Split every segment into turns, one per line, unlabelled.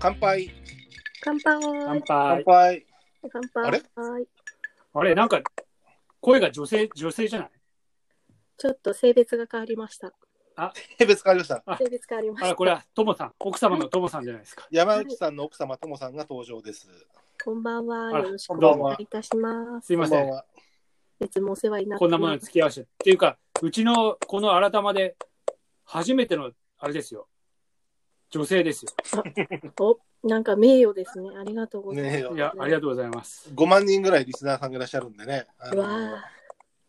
乾杯。
乾杯。
乾
乾
杯。
杯。
乾
あれ
杯。
あれ、なんか、声が女性、女性じゃない
ちょっと性別が変わりました。
別変わりました。
あ
性別変わりま
あ
し
ら、
た。
これは、ともさん。奥様のともさんじゃないですか。
山内さんの奥様、ともさんが登場です。
こんばんは。
あら
よろしく
ど
う
お
も
願いいたします。
すい
こ
ま
ん
せ
ばん
ん。
は。
いつもお世話になって
こんなものに
ます
付き合わせて。っていうか、うちのこの新玉で、初めての、あれですよ。女性ですよ。
お、なんか名誉ですね。ありがとうございます。
ねえよ
いや、ありがとうございます。
5万人ぐらいリスナーさんがいらっしゃるんでね。あ
う
の
わー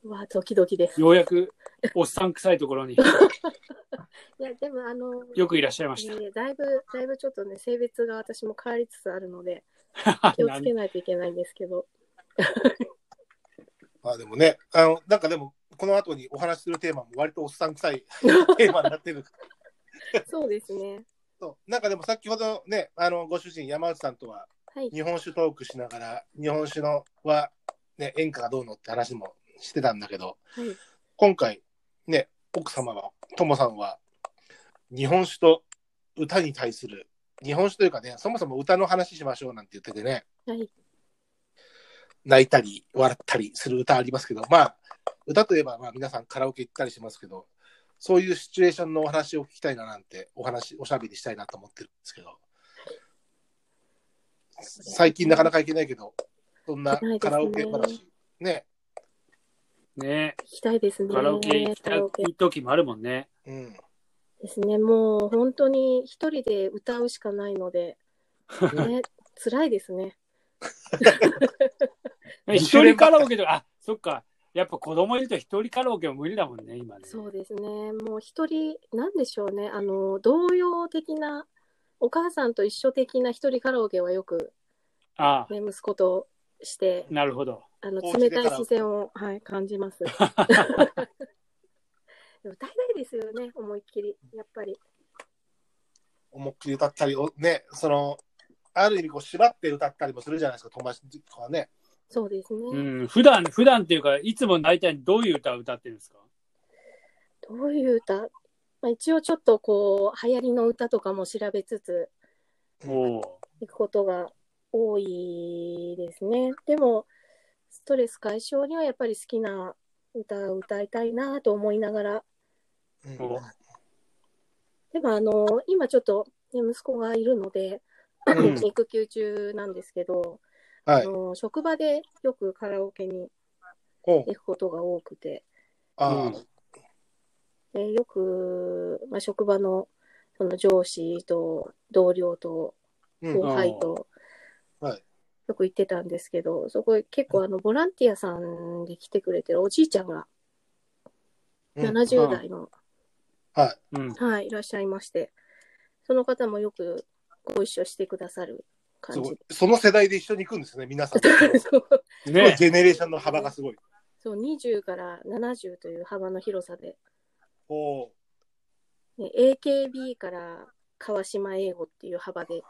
うわードキドキです。
ようやく、おっさん臭いところに
いや、でも、あの、
よくいらっしゃいまし
い
た
や。いやだいぶ、だいぶちょっとね、性別が私も変わりつつあるので、気をつけ
何
ないといけないんですけど、
まあでもね、あの、なんかでも、この後にお話しするテーマも割とおっさん臭いテーマになってる。
そうですね。
そうなんかでも先ほどね、あの、ご主人山内さんとは
はい。
日本酒トークしながら、日本酒のは、ね、演歌がどうのって話もしてたんだけど、
はい、
今回、ね、奥様は、ともさんは、日本酒と歌に対する、日本酒というかね、そもそも歌の話しましょうなんて言っててね、
はい。
泣いたり、笑ったりする歌ありますけど、まあ、歌といえば、まあ、皆さんカラオケ行ったりしますけど、そういうシチュエーションのお話を聞きたいななんて、お話、おしゃべりしたいなと思ってるんですけど、最近なかなか行けないけど、そんなカラオケ
ないで
話、ね、
ね
聞きたいですね。
カラオケ行き
カ
た
ラオケ
い時もあるもんね。
うん、
ですね。もう、本当に一人で歌うしかない ので、ね、辛いですね。
ね一人カラオケとか、あ、そっか。やっぱ子供いると一人カラオケも無理だもんね、今ね。
そうですね。もう一人、なんでしょうね。あの、同様的な、お母さんと一緒的な一人カラオケはよく、
ああ、
ね、息子として、
なるほど。
あの
お家
冷
で
たい
カラ
視
オケ
線を、はい、感 じます。でも歌えないですよね、思いっきり、やっぱり。
思いっきり歌ったり、おね、その、ある意味こう縛って歌ったりもするじゃないですか、友達とかはね。
そうですね。
うん、普段、普段っていうか、いつも大体どういう歌を歌ってるんですか
どういう歌、まあ、一応ちょっとこう、流行りの歌とかも調べつつ
うん
おお。
いくことが多いですね。でも、ストレス解消にはやっぱり好きな歌を歌いたいなと思いながら、
うん
お
でもあの、今ちょっと、ね、息子がいるので、
うん
育休中なんですけど、
は
あ
い。
の職場でよくカラオケに
お
行くことが多くて、
あ
う
ー
ん
でよく、まあ、職場のその上司と同僚と
うん
後輩と、
はい
よく行ってたんですけど、そこへ結構あのボランティアさんで来てくれてるおじいちゃんが
うん
70代の、
はい。
うん。
はい、いらっしゃいまして、その方もよくご一緒してくださる
す
感
ご
じ
い。その世代で一緒に行くんですね、皆 さん。
で。そう
すごい
ね
ジェネレーションの幅がすごい。
そう20から70という幅の広さで
おー
ね AKB から川島英語っていう幅で。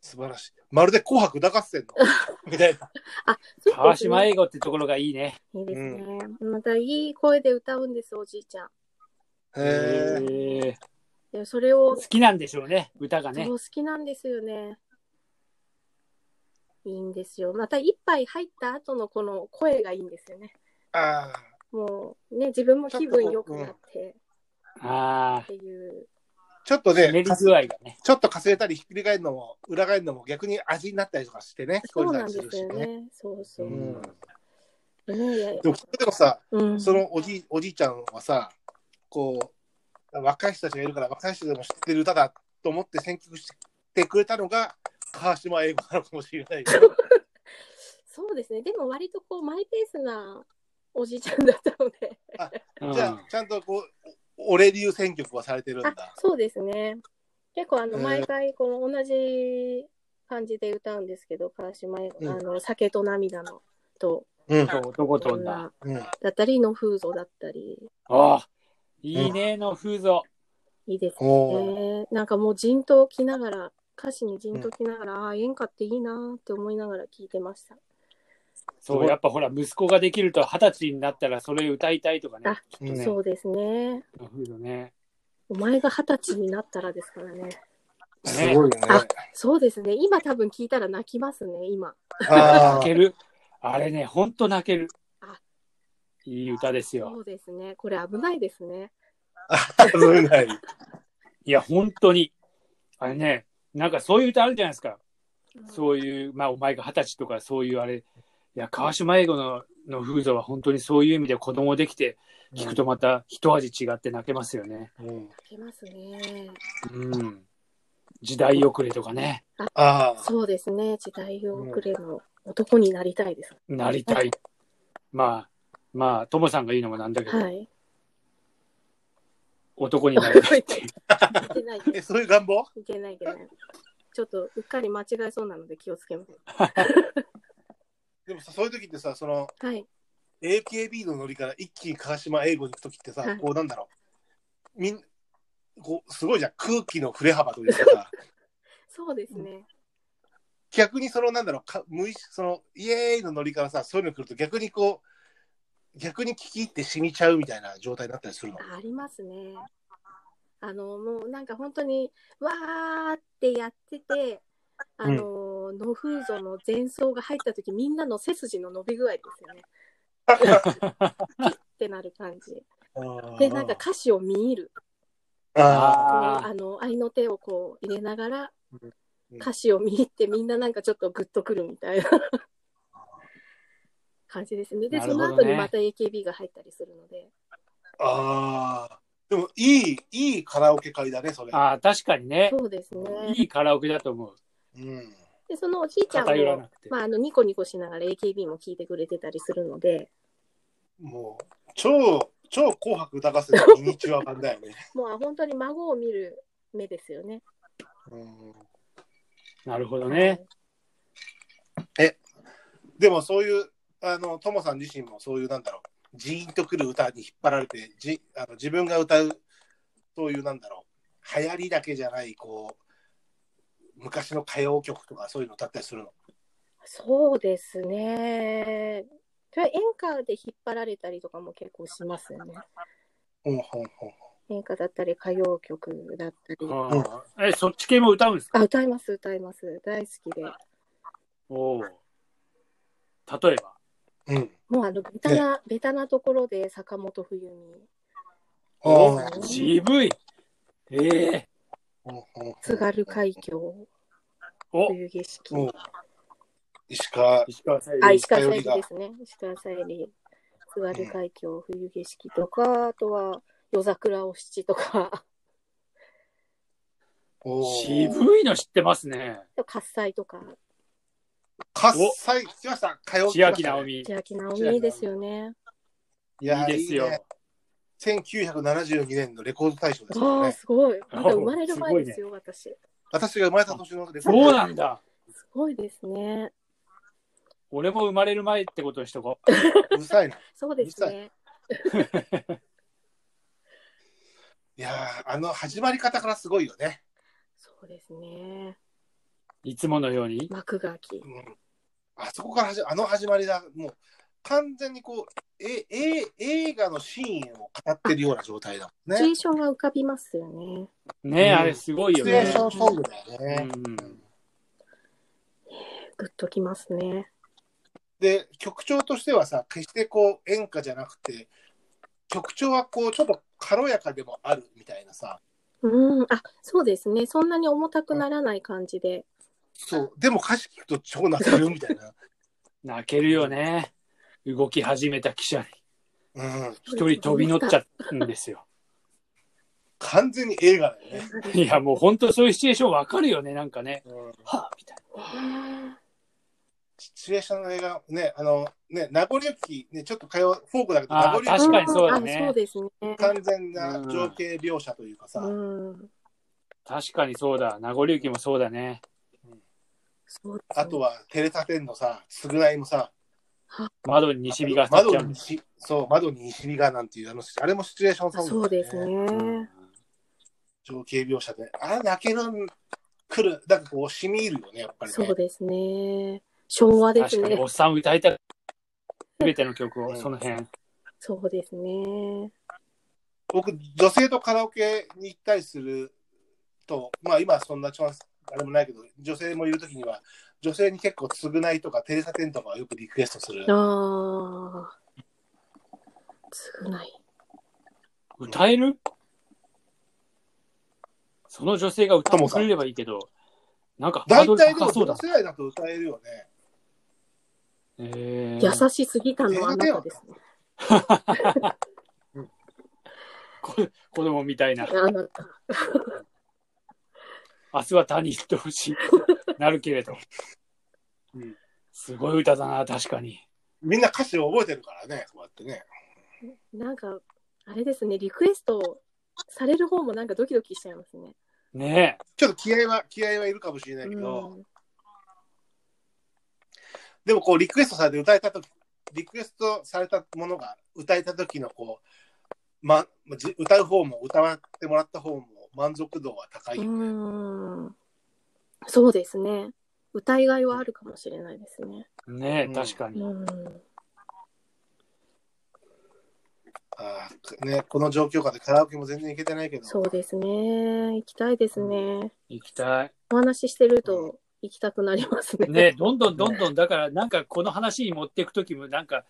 素晴らしい。まるで紅白歌合戦の みたいな。
あ、
川島
英
英語ってところがいいね。
いいですね。またいい声で歌うんです、おじいちゃん。
へー
へえ
でそれを、
好きなんでしょうね、歌が
そう
ね。
好きなんですよね。いいんですよ。また一杯入った後のこの声がいいんですよね。
ああ。
もうね、自分も気分良くなって
あ
っていう。
ちょっと
あ、練
ね、
り
かす
具合がね。
ちょっとかすれたりひっくり返るのも、裏返るのも逆に味になったりとかしてね、聞
そ
こ
う
えた
なん
りす
で
る
す
し
よ
ね。
ね。そうそうう。
ん
ねいやいや
でも、それでもさ、
うん、
そのおじいおじいちゃんはさ、こう、若い人たちがいるから、若い人でも知ってる歌だと思って選曲してくれたのが、川島英語なのかもしれないけど。
そうですね。でも割とこうマイペースなおじいちゃんだったので。
うん
じゃあ、ちゃんとこう、お俺流選曲はされてるん
あ
だ。
そうですね。結構あの
えー
毎回この同じ感じで歌うんですけど、川島英
うん
あの酒と涙のと
うん。
そうどこ飛んだ。
う
女
ん、
だったりの風俗だったり
ああ、いいねの風俗。
いいです
おー
ね。なんかもう陣頭きながら歌詞に陣頭きながら、ああ演歌っていいなって思いながら聞いてました。
すご
そう、
い
やっぱほら、息子ができると二十歳になったらそれ歌いたいとかね
あ。
きっとね。
そうですね。
そうね。
お前が二十歳になったらですからね。
すごいね。
あそうですね。今多分聞いたら泣きますね、今。
あ
泣け
ー
る。あれね、ほんと泣ける
あ。
いい歌ですよ
そ。うですね。これ危ないですね。
それない。
いや、本当に。あれね、なんかそういう歌あるじゃないですか。そういう、まあ、お前が二十歳とかそういうあれ。いや、川島英語のの風土は本当にそういう意味で子供できて、聞くとまた一味違って泣けますよね。
うん
泣けますね。
うん。時代遅れとかね、
ああ、
そうですね。時代遅れの男になりたいです。
なりたい。まあ、まあ、ともさんが言うのもなんだけど、
はい。
男になりたいっていう。
いけない、い
え、そういう願望
けない、いけない。ちょっとうっかり間違えそうなので気をつけます。
でもさ、そういう時ってさ、その、
はい。
AKB のノリから一気に川島英語に行く時ってさ、
はい
こうなんだろう。みん、こう、すごいじゃん。空気の振れ幅というか さ、
そうですね。
逆にそのなんだろう、か無意識、その、イエーイのノリからさ、そういうの来ると逆にこう、逆に聞き入って染みちゃうみたいな状態になったりするの。
ありますね。あの、もうなんか本当に、わーってやってて、あの、ノフーゾの前奏が入った時、みんなの背筋の伸び具合ですよね。ってなる感じ。で、なんか歌詞を見入る。
あ
あ
あ
の、愛の手をこう入れながら
うん、
歌詞を見入ってみんななんかちょっとグッとくるみた いな感じですね。で、
なる
そ
ほ
の
どね
後にまた AKB が入ったりするので。
あ、ああ。でも、いい、いいカラオケ会だね、それ。
ああ、確かにね。
そうですね。
いいカラオケだと思う。
うん。
で、そのおじいちゃん
偏ら
も
な、くて。
まあ、あの、ニコニコしながら AKB も聞いてくれてたりするので、
もう、超、超紅白歌合戦のミニチュア版だよね。
もう本当に孫を見る目ですよね。
うん
なるほどね。
でもそういう、あの、ともさん自身もそういう、なんだろう、ジーンとくる歌に引っ張られて、じあの自分が歌う、そういう、なんだろう、流行りだけじゃない、こう、昔の歌謡曲とかそういうの歌ったりするの。
そうですね。それは演歌で引っ張られたりとかも結構しますよね。
ほんほんほん
演歌だったり、歌謡曲だったり。
ああえ、そっち系も歌うんですか
あ、歌います、歌います。大好きで。
おお。例えば。
うん。
もうあの、ベタな、ベタなところで坂本冬美。
ほん
あー
渋い。ええ
ほんほん
津軽海峡、
お
冬景色。
うん石川、
石川さゆ
あ、
り
石川さゆりですね。石川さゆり、津軽海峡、冬景色とか、あとは夜桜お七とか、
おー
渋いの知ってますね。
喝采とか、
喝采来ました、歌謡
千
曲
秋直美。い
千秋直美ですよね。
いや
い
ー
です
いいね
よ。
1972年のレコード大賞です
あ
よ
あ、
ね。
すごい。まだ生まれる前ですよ、私。
私が生まれた年のレコード
そうなんだ。
すごいですね。
俺も生まれる前ってことにしとこ
うるさいな。
そうですね。
いやーあの始まり方からすごいよね。
そうですね。
う。いつものように。
幕が開き。
うんあそこから始まあの始まりだ、もう完全にこう、え、え、映画のシーンを語ってるような状態だもん
シチュエ
ね。
ーションが浮かびますよね。
ね、
うん
あれすごい
シ
よ
チュエー
ね
シ。ョンソングだよね。
う
グ
ん
ッときますね。
で、曲調としてはさ、決してこう演歌じゃなくて、曲調はこう、ちょっと軽やかでもあるみたいなさ、
うん、あ、そうですね。そんなに重たくならない感じで。
そう、でも歌詞聞くと超泣けるみたいな。
泣けるよね。動き始めた記者に
うん、
一人飛び乗っちゃうんですよ。
完全に映画だよね。
いや、もう本当そういうシチュエーションわかるよね、なんかね。
うん
はあ、みたい
ね
シチュエーションの映画、ね、あの、ね、名残雪、ね、ちょっと通う、フォークだけど、名
あー
残
確かにそうだ
う
ね
んあそうですね。
完全な情景描写というかさ、
うん。
な。確かにそうだ。名残雪もそうだね。
そうですね
あとはテレタテンのさ、償いもさ、
窓に西日が当たっち
窓
ゃう
に
んです。
西そう窓に西日がなんていうあの、あれもシチュエーションソング
そうですね。
うん
情景描写で、あれ泣けるん、くる、なんかこう、染み入るよね、やっぱり
そ
ね
う。ですね。昭和です
確かに、
ね
おっ。さん歌いたい。すべての曲を、その辺。
そうですね。
僕、女性とカラオケに行ったりすると、まあ今はそんなチャンス、あれもないけど、女性もいるときには、女性に結構、償いとか、テレサテンとかはよくリクエストする。
ああ。償い。
歌えるその女性が歌ってくれればいいけど、なんかハー
大
ドル
体で
高
も、
そう
同
だ。
世代だと歌えるよね。
えー
優しすぎたのはあなたですね。
こ子供みたいな。
あなた。
明日は他人と 不しなるけれど。
うん
すごい歌だな、確かに。
みんな歌詞を覚えてるからね、そうやってね。
なんか、あれですね、リクエストされる方もなんかドキドキしちゃいますね。
ね
ちょっと気合は、気合はいるかもしれないけど、
うん
でもこう、リクエストされて歌えたとき、リクエストされたものが歌えたときの、こう、ま、じ歌う方も歌わってもらった方も満足度は高い。
うん。そうですね。歌いがいはあるかもしれないですね。
え、ね
う
え、
ん
確かに。
うん。
あーね、この状況下でカラオケも全然行けてないけど、
そうですね。行きたいですね。
行きたい。
お話ししてると行きたくなりますね。
ねえ、どんどんどんどん、だから、なんかこの話に持っていくときも、なんか、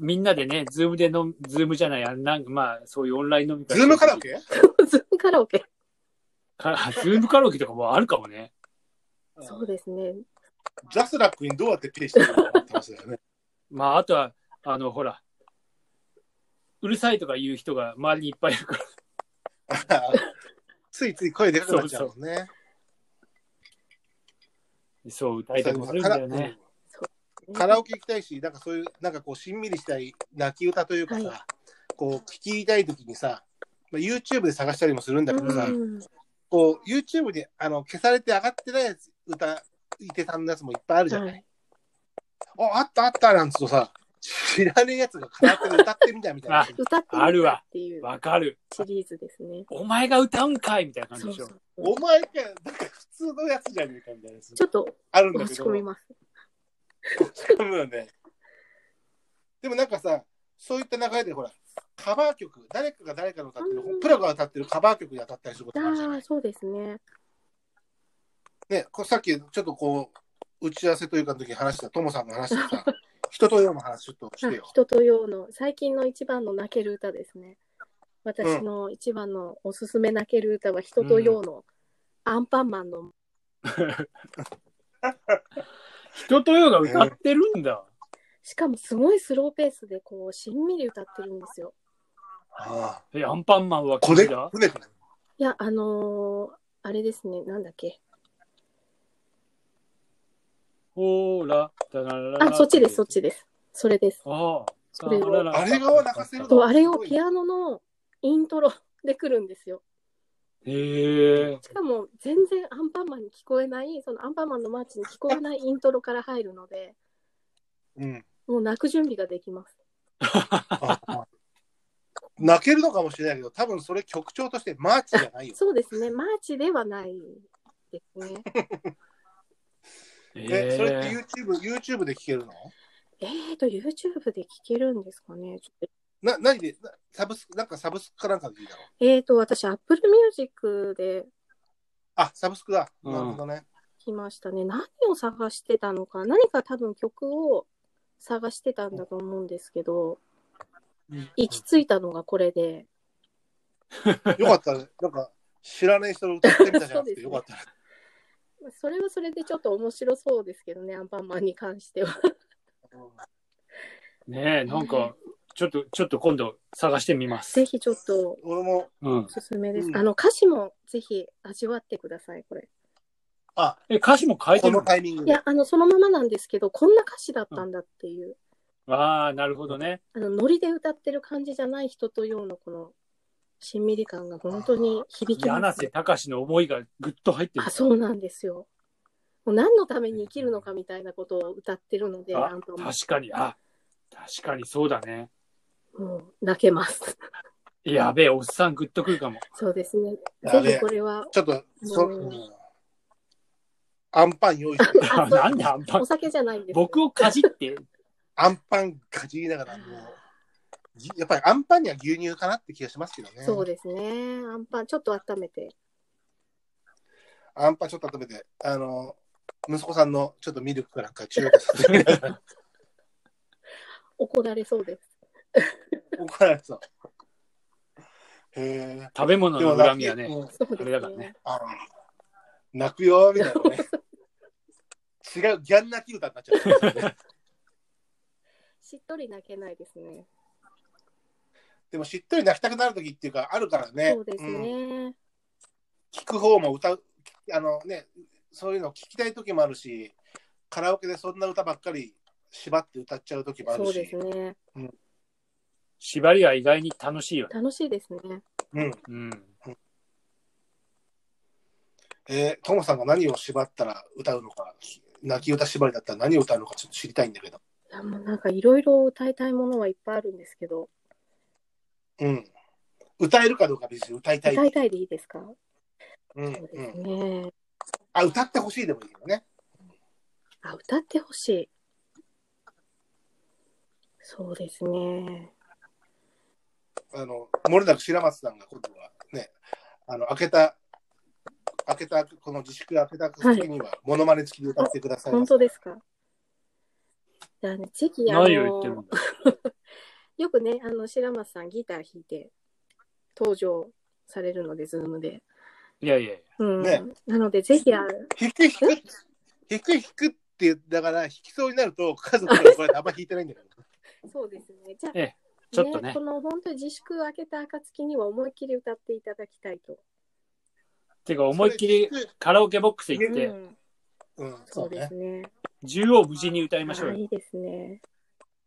みんなでね、ズームでの、ズームじゃない、あなんかまあ、そういうオンライン飲み会。
ズームカラオケ
ズームカラオケ。
かズームカラオケとかもあるかもね。
そうですね。
ジャスラックにどうやってペイしてるのかって話だ よね。
まあ、あとは、あの、ほら、うるさいとか言う人が周りにいっぱいいるから、
ついつい声でかくなっちゃうもんね。
そう、歌いたくなるんだよね。
カラオケ行きたいし、なんかそういう、なんかこう、しんみりしたい泣き歌というかさ、
はい
こう、聞き入りたいときにさ、まあ YouTube で探したりもするんだけどさ、
うん。
こう、YouTube にあの消されて上がってないやつ、歌、いてさんのやつもいっぱいあるじゃん。
はい。
あ、あったあったなんつうとさ、知らねえやつがカラオケで歌ってみたみたいな。
歌ってみ
ある
た
わ
っていう
わかる。
シリーズですね。
お前が歌うんかいみたいな感じ
そ
で
う
しょ。
そう。
お前か、なんか普通のやつじゃねえかみたいなやつ
ちょっと
あるんだ
落
け
ち
ど。
込みます。
多分ね。でもなんかさ、そういった流れでほら、カバー曲、誰かが誰かの歌ってる、
うん
プロが歌ってるカバー曲に当たったりすることもあるじゃ
あ
な
あ、
い。
そうですね。
ね、こうさっきちょっとこう、打ち合わせというかの時に話した、ともさんの話 とさ、人と世の話ちょっとし
あ
てよ。
人と用の最近の一番の泣ける歌ですね。私の一番のおすすめ泣ける歌は人と用のアンパンマンの
人とよが歌ってるんだ。
しかもすごいスローペースでこうしんみり歌ってるんですよ。
ああ、
え、アンパンマンは
こ
君
れ、
だ
これ、
いや、あのーあれですね、なんだっけ。
ほーら、だららら
あ、そっちです、そっ。ちです。それです。
ああ、
それを
だららら
あれが泣かせる
と
の
あれをピアノのイントロ で来るんですよ。
へえ。
しかも全然アンパンマンに聞こえない、そのアンパンマンのマーチに聞こえないイントロから入るので、
うん。
もう泣く準備ができます。
ああ泣けるのかもしれないけど、多分それ曲調としてマーチじゃないよ。
そうですね、マーチではないですね。
ね、それっ
へえ。
て YouTube、YouTube で聴けるの
えーと、YouTube で聴けるんですかね。ちょっと
な、何で、なサブスク、なんかサブスクかなんかでいいだろう。
えーと、私、Apple Music で
あ、サブスクだ。
うん
なるほどね。
来ましたね。何を探してたのか、何か多分曲を探してたんだと思うんですけど、行き着いたのがこれで、
よかった ね。なんか、知らない人の歌ってみたじゃなくて、よ
そうですね
かったね。
それはそれでちょっと面白そうですけどね、アンパンマンに関しては。
ねえ、なんか、ちょっと、ちょっと今度探してみま す。
ぜひちょっと
俺も、
うん
お。すすめです。
うん
あの歌詞もぜひ味わってください、これ。
あ、
え、歌詞も変えて
こ
る
のタイミング
い
で
や。、あの、そのままなんですけど、こんな歌詞だったんだっていう。
ああ、なるほどね。
あのノリで歌ってる感じじゃない人と用のこのしんみり感が本当に響きま
柳
す、
瀬隆の思いがぐっと入ってる
あ。そうなんですよもう何のために生きるのかみたいなことを歌ってるので
あ
なんとも
確かに、あ、確かにそうだね。
もう泣けます
やべえ、おっさんぐっとくるかも。
そうですね
や
ぜ
べえ
ひこれは
ちょっと、そ、
うん
うんアンパン用意して、
あそう
なんでアンパン
お酒じゃないんです
僕をかじって、
アンパンかじりながら、もう、じやっぱりアンパンには牛乳かなって気がしますけどね。
そうですねアンパンちょっと温めて
アンパンちょっと食べて、あの、息子さんのちょっとミルクかなんか中学生
怒られそうです。
怒られそう。へえ。
食べ物の恨みはね、
うん
そうです
あれだからね。
あの泣くよ、みたいな ね。違う、ギャン泣き歌になっちゃう、
しっとり泣けないですね。
でも、しっとり泣きたくなる時っていうか、あるからね。
そうです
ん
ね。
聞く方も歌う、あのね、そういうの聞きたい時もあるし、カラオケでそんな歌ばっかり縛って歌っちゃう時もある
そう
し。
ですね。
縛りは意外に楽しいよね。
楽しいですね。
うん。
うん。
えートモさんが何を縛ったら歌うのか、泣き歌縛りだったら何を歌うのかちょっと知りたいんだけど。
いやもうなんかいろいろ歌いたいものはいっぱいあるんですけど、
うん。歌えるかどうか別に歌いたい。
歌いたいでいいですか、
うん、
そう
う
です
ん。
ね。
あ、歌ってほしいでもいいよね。
あ、歌ってほしい。そうですね。
あの、漏れなく白松さんが今度はね、あの、開けた、開けた、この自粛が開けた時には、モノマネ付きで歌ってください。
本当ですかじゃあね、次期、あの、
何を言ってるん
よ
だ。
くね、あの、白松さんギター弾いて登場されるので、ズームで。
いやいやいや。
うん。
ね
なので、ぜひ、あの
弾く弾く、弾く弾くって言ったから、弾きそうになると、家族がこれあんま弾いてないんだけど。
そうですね。じゃあ、
ええちょっとね
この本当に自粛明けた暁には思いっきり歌っていただきたいと。
てか、思いっきりカラオケボックス行っ
う
て、
ん
うん、
そ
そうう
で
ね
す。ね。
縦横無事に歌いましょ
あ
う
い
よ。
いですね。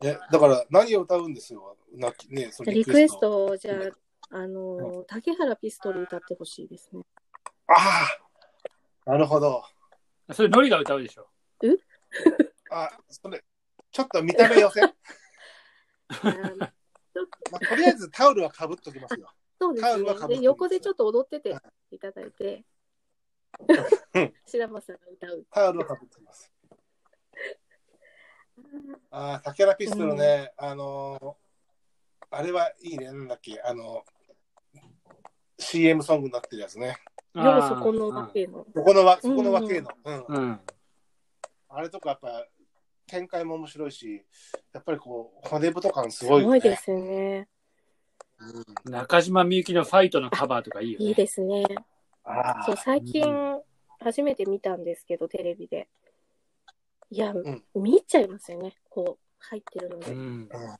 ね、だから、何を歌うんですよ。なね、そ
じ
の
ゃあリクエス
を。
トを、じゃあ、あのー、竹原ピストル歌ってほしいですね。
ああ、なるほど。
それ、ノリが歌うでしょ。
あ、それ、ちょっと見た目寄せ。ま
あ
あ、とりあえずタオルはかぶっときますよ。
そうです
タオルはかぶっ
ね。
て
で、横でちょっと踊ってて
はい
ただ いて
うん、
白間さんが歌う。
タオルはかぶっときます。ああ、竹原ピストルね、あのーあれはいいね、なんだっけ、あの CM ソングになってるやつね。
夜そこの
あ
和
ー
けの。
そこのわ、そこの若いの。うん
うんうん。
あれとかやっぱ展開も面白いし、やっぱりこう、骨太感す
す
ごいよ
ご
ね。
いですね。
うん
中島みゆきのファイトのカバーとかいいよね。
いいですね。
あ
そう、
あ、
最近
う、
初めて見たんですけど、テレビで。いや、
ん
見入っちゃいますよね。こう、入ってるの
う
で。
ん。
うん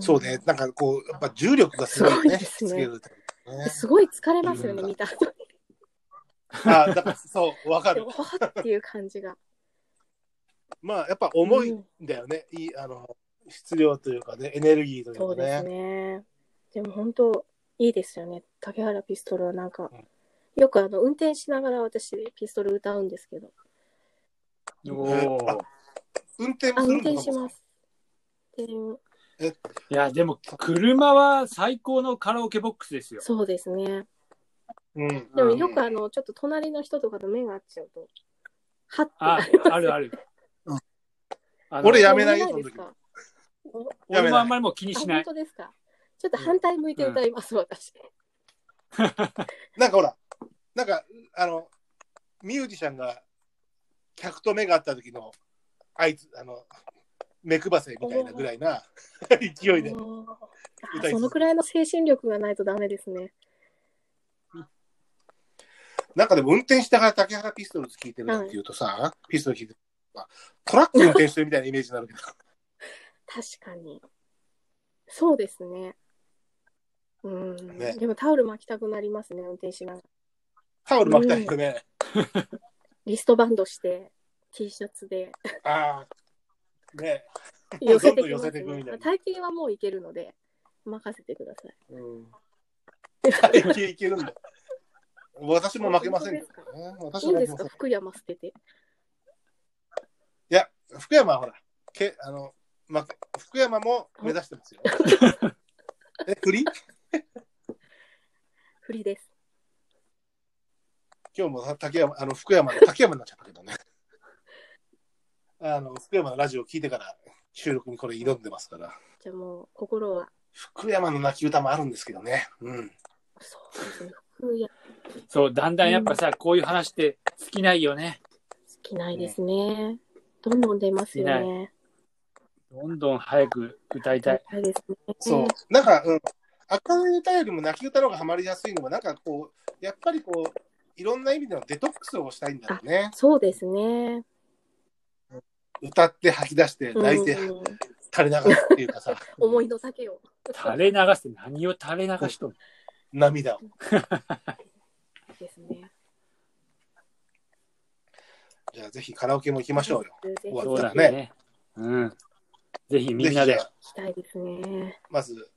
そうね。、なんかこう、やっぱ重力がすごいね。
すご
つ
いですね
けるとね
すごい疲れますよね、
うん
見た後に。
ああ、だからそう、わか
で
る
も。わーっていう感じが。
まあ、やっぱ重いんだよね。いい、あの、質量というかね、エネルギーとい
そうう
か
です
ね。
ね。でも本当、いいですよね。竹原ピストルはなんか
うん、
よくあの、運転しながら私、ピストル歌うんですけど。
お
あ
お。
運転も
あ、
する
運
んだ
転します。で
いや、でも、車は最高のカラオケボックスですよ。
そうですね。
うん。
でも
うん
よくあの、ちょっと隣の人とかと目が合っちゃうと、はって
あ
なります、
あるある
うん。
あの
俺やめないよ
そうですか
や
俺
め
もあ
なんい。
まりもう気に
あ
しな
本
い。
当ですか。ちょっと反対向いて歌います、私。
なんかほら、なんか、あの、ミュージシャンが客と目が合った時の合図、あの、目くばせみたいなぐらいな勢いで。
おー
歌い
あ
つつ
そのくらいの精神力がないとダメですね。
なんかでも運転しながら竹原ピストルズ聞いてるなんて言うとさ、ピストル聞いてるとかトラック運転してるみたいなイメージになるけど、
確かに。そうですね。うん、
ね
でもタオル巻きたくなりますね、運転しながら。
タオル巻きたいよね。
リストバンドして、T シャツで
ああ、ね、
寄せて き
ど
ま
んどん寄せ
す、
てくみ
ね
たいな。
体型はもういけるので、任せてください。
うん。体型いけるんだ。私も負けませんよ、ね。私
いいん
も負
で
けま
すか
せん。い
福山捨てて。
や、福山はほら、けあの、ま、福山も目指してます よ。え、栗
振りです。
今日も竹山、あの、福山の、竹山になっちゃったけどね。あの、福山のラジオ聞いてから収録にこれ挑んでますから。
じゃあもう、心は。
福山の泣き歌もあるんですけどね。うん。
そうですね。うんいや
そう、だんだんやっぱさ、こういう話って尽きないよね。
尽きないですね。どんどん出ますよね。
どんどん早く歌いたい。
そうですね。
そう。なんか、うん。明るい歌よりも泣き歌の方がハマりやすいのは、なんかこう、やっぱりこう、いろんな意味でのデトックスをしたいんだろうね。
そうですね。
歌って吐き出して、
うん
泣いて垂れ流すっていうかさ、
思いの丈を。
垂れ流すって何を垂れ流しとんの
涙を。
ですね。
じゃあぜひカラオケも行きましょうよ。
ぜひ
終わ
そ
っ
う
た
だ
らね
ね。うん。ぜひみんな
ぜ
で
ひ。
行きたいですね。
まず、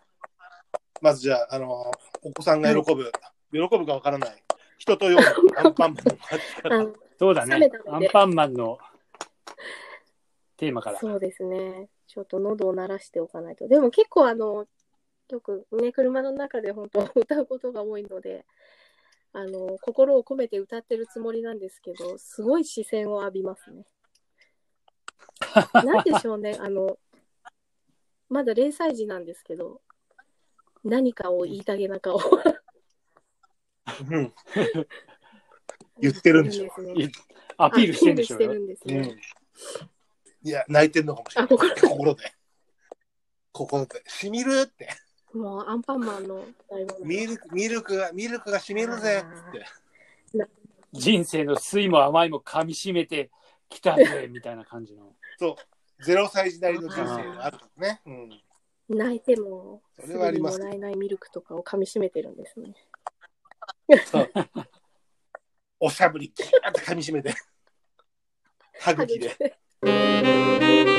まずじゃあ、あの、お子さんが喜ぶ、喜ぶかわからない、人とようアンパンマンの感じから
あの
そうだ
冷め
ね
た。の
ア
で
ンパンマンのテーマから。
そうですね。ちょっと喉を鳴らしておかないと。でも結構あの、よくね、車の中で本当歌うことが多いので、あの、心を込めて歌ってるつもりなんですけど、すごい視線を浴びます ね。なんでしょうね、あの、まだ0歳児なんですけど、何かを言いたげな顔を
うん言ってるんでしょ
すね
言っアピールしてるんでしょ
ア
う
ピール。して
よ
う
るんですね。
ん。いや、泣いてるのかもしれ
あ、
ない。
心
心で。心で。しみるって。
もうアンパンマンの台本
ミルク、ミルクが、ミルクがしみるぜ。つって。
人生の酸いも甘いも噛み締めてきた ぜ、みたいな感じの。
そう。ゼロ歳時代の人生があるからね。うん。
泣いても
そ
す
れはあ
ぐ
り
に
ま
も
す
らえないミルクとかを噛みしめてるんですね。
おしゃぶり、キャーって噛み締めて。歯
歯
茎
茎
で。
で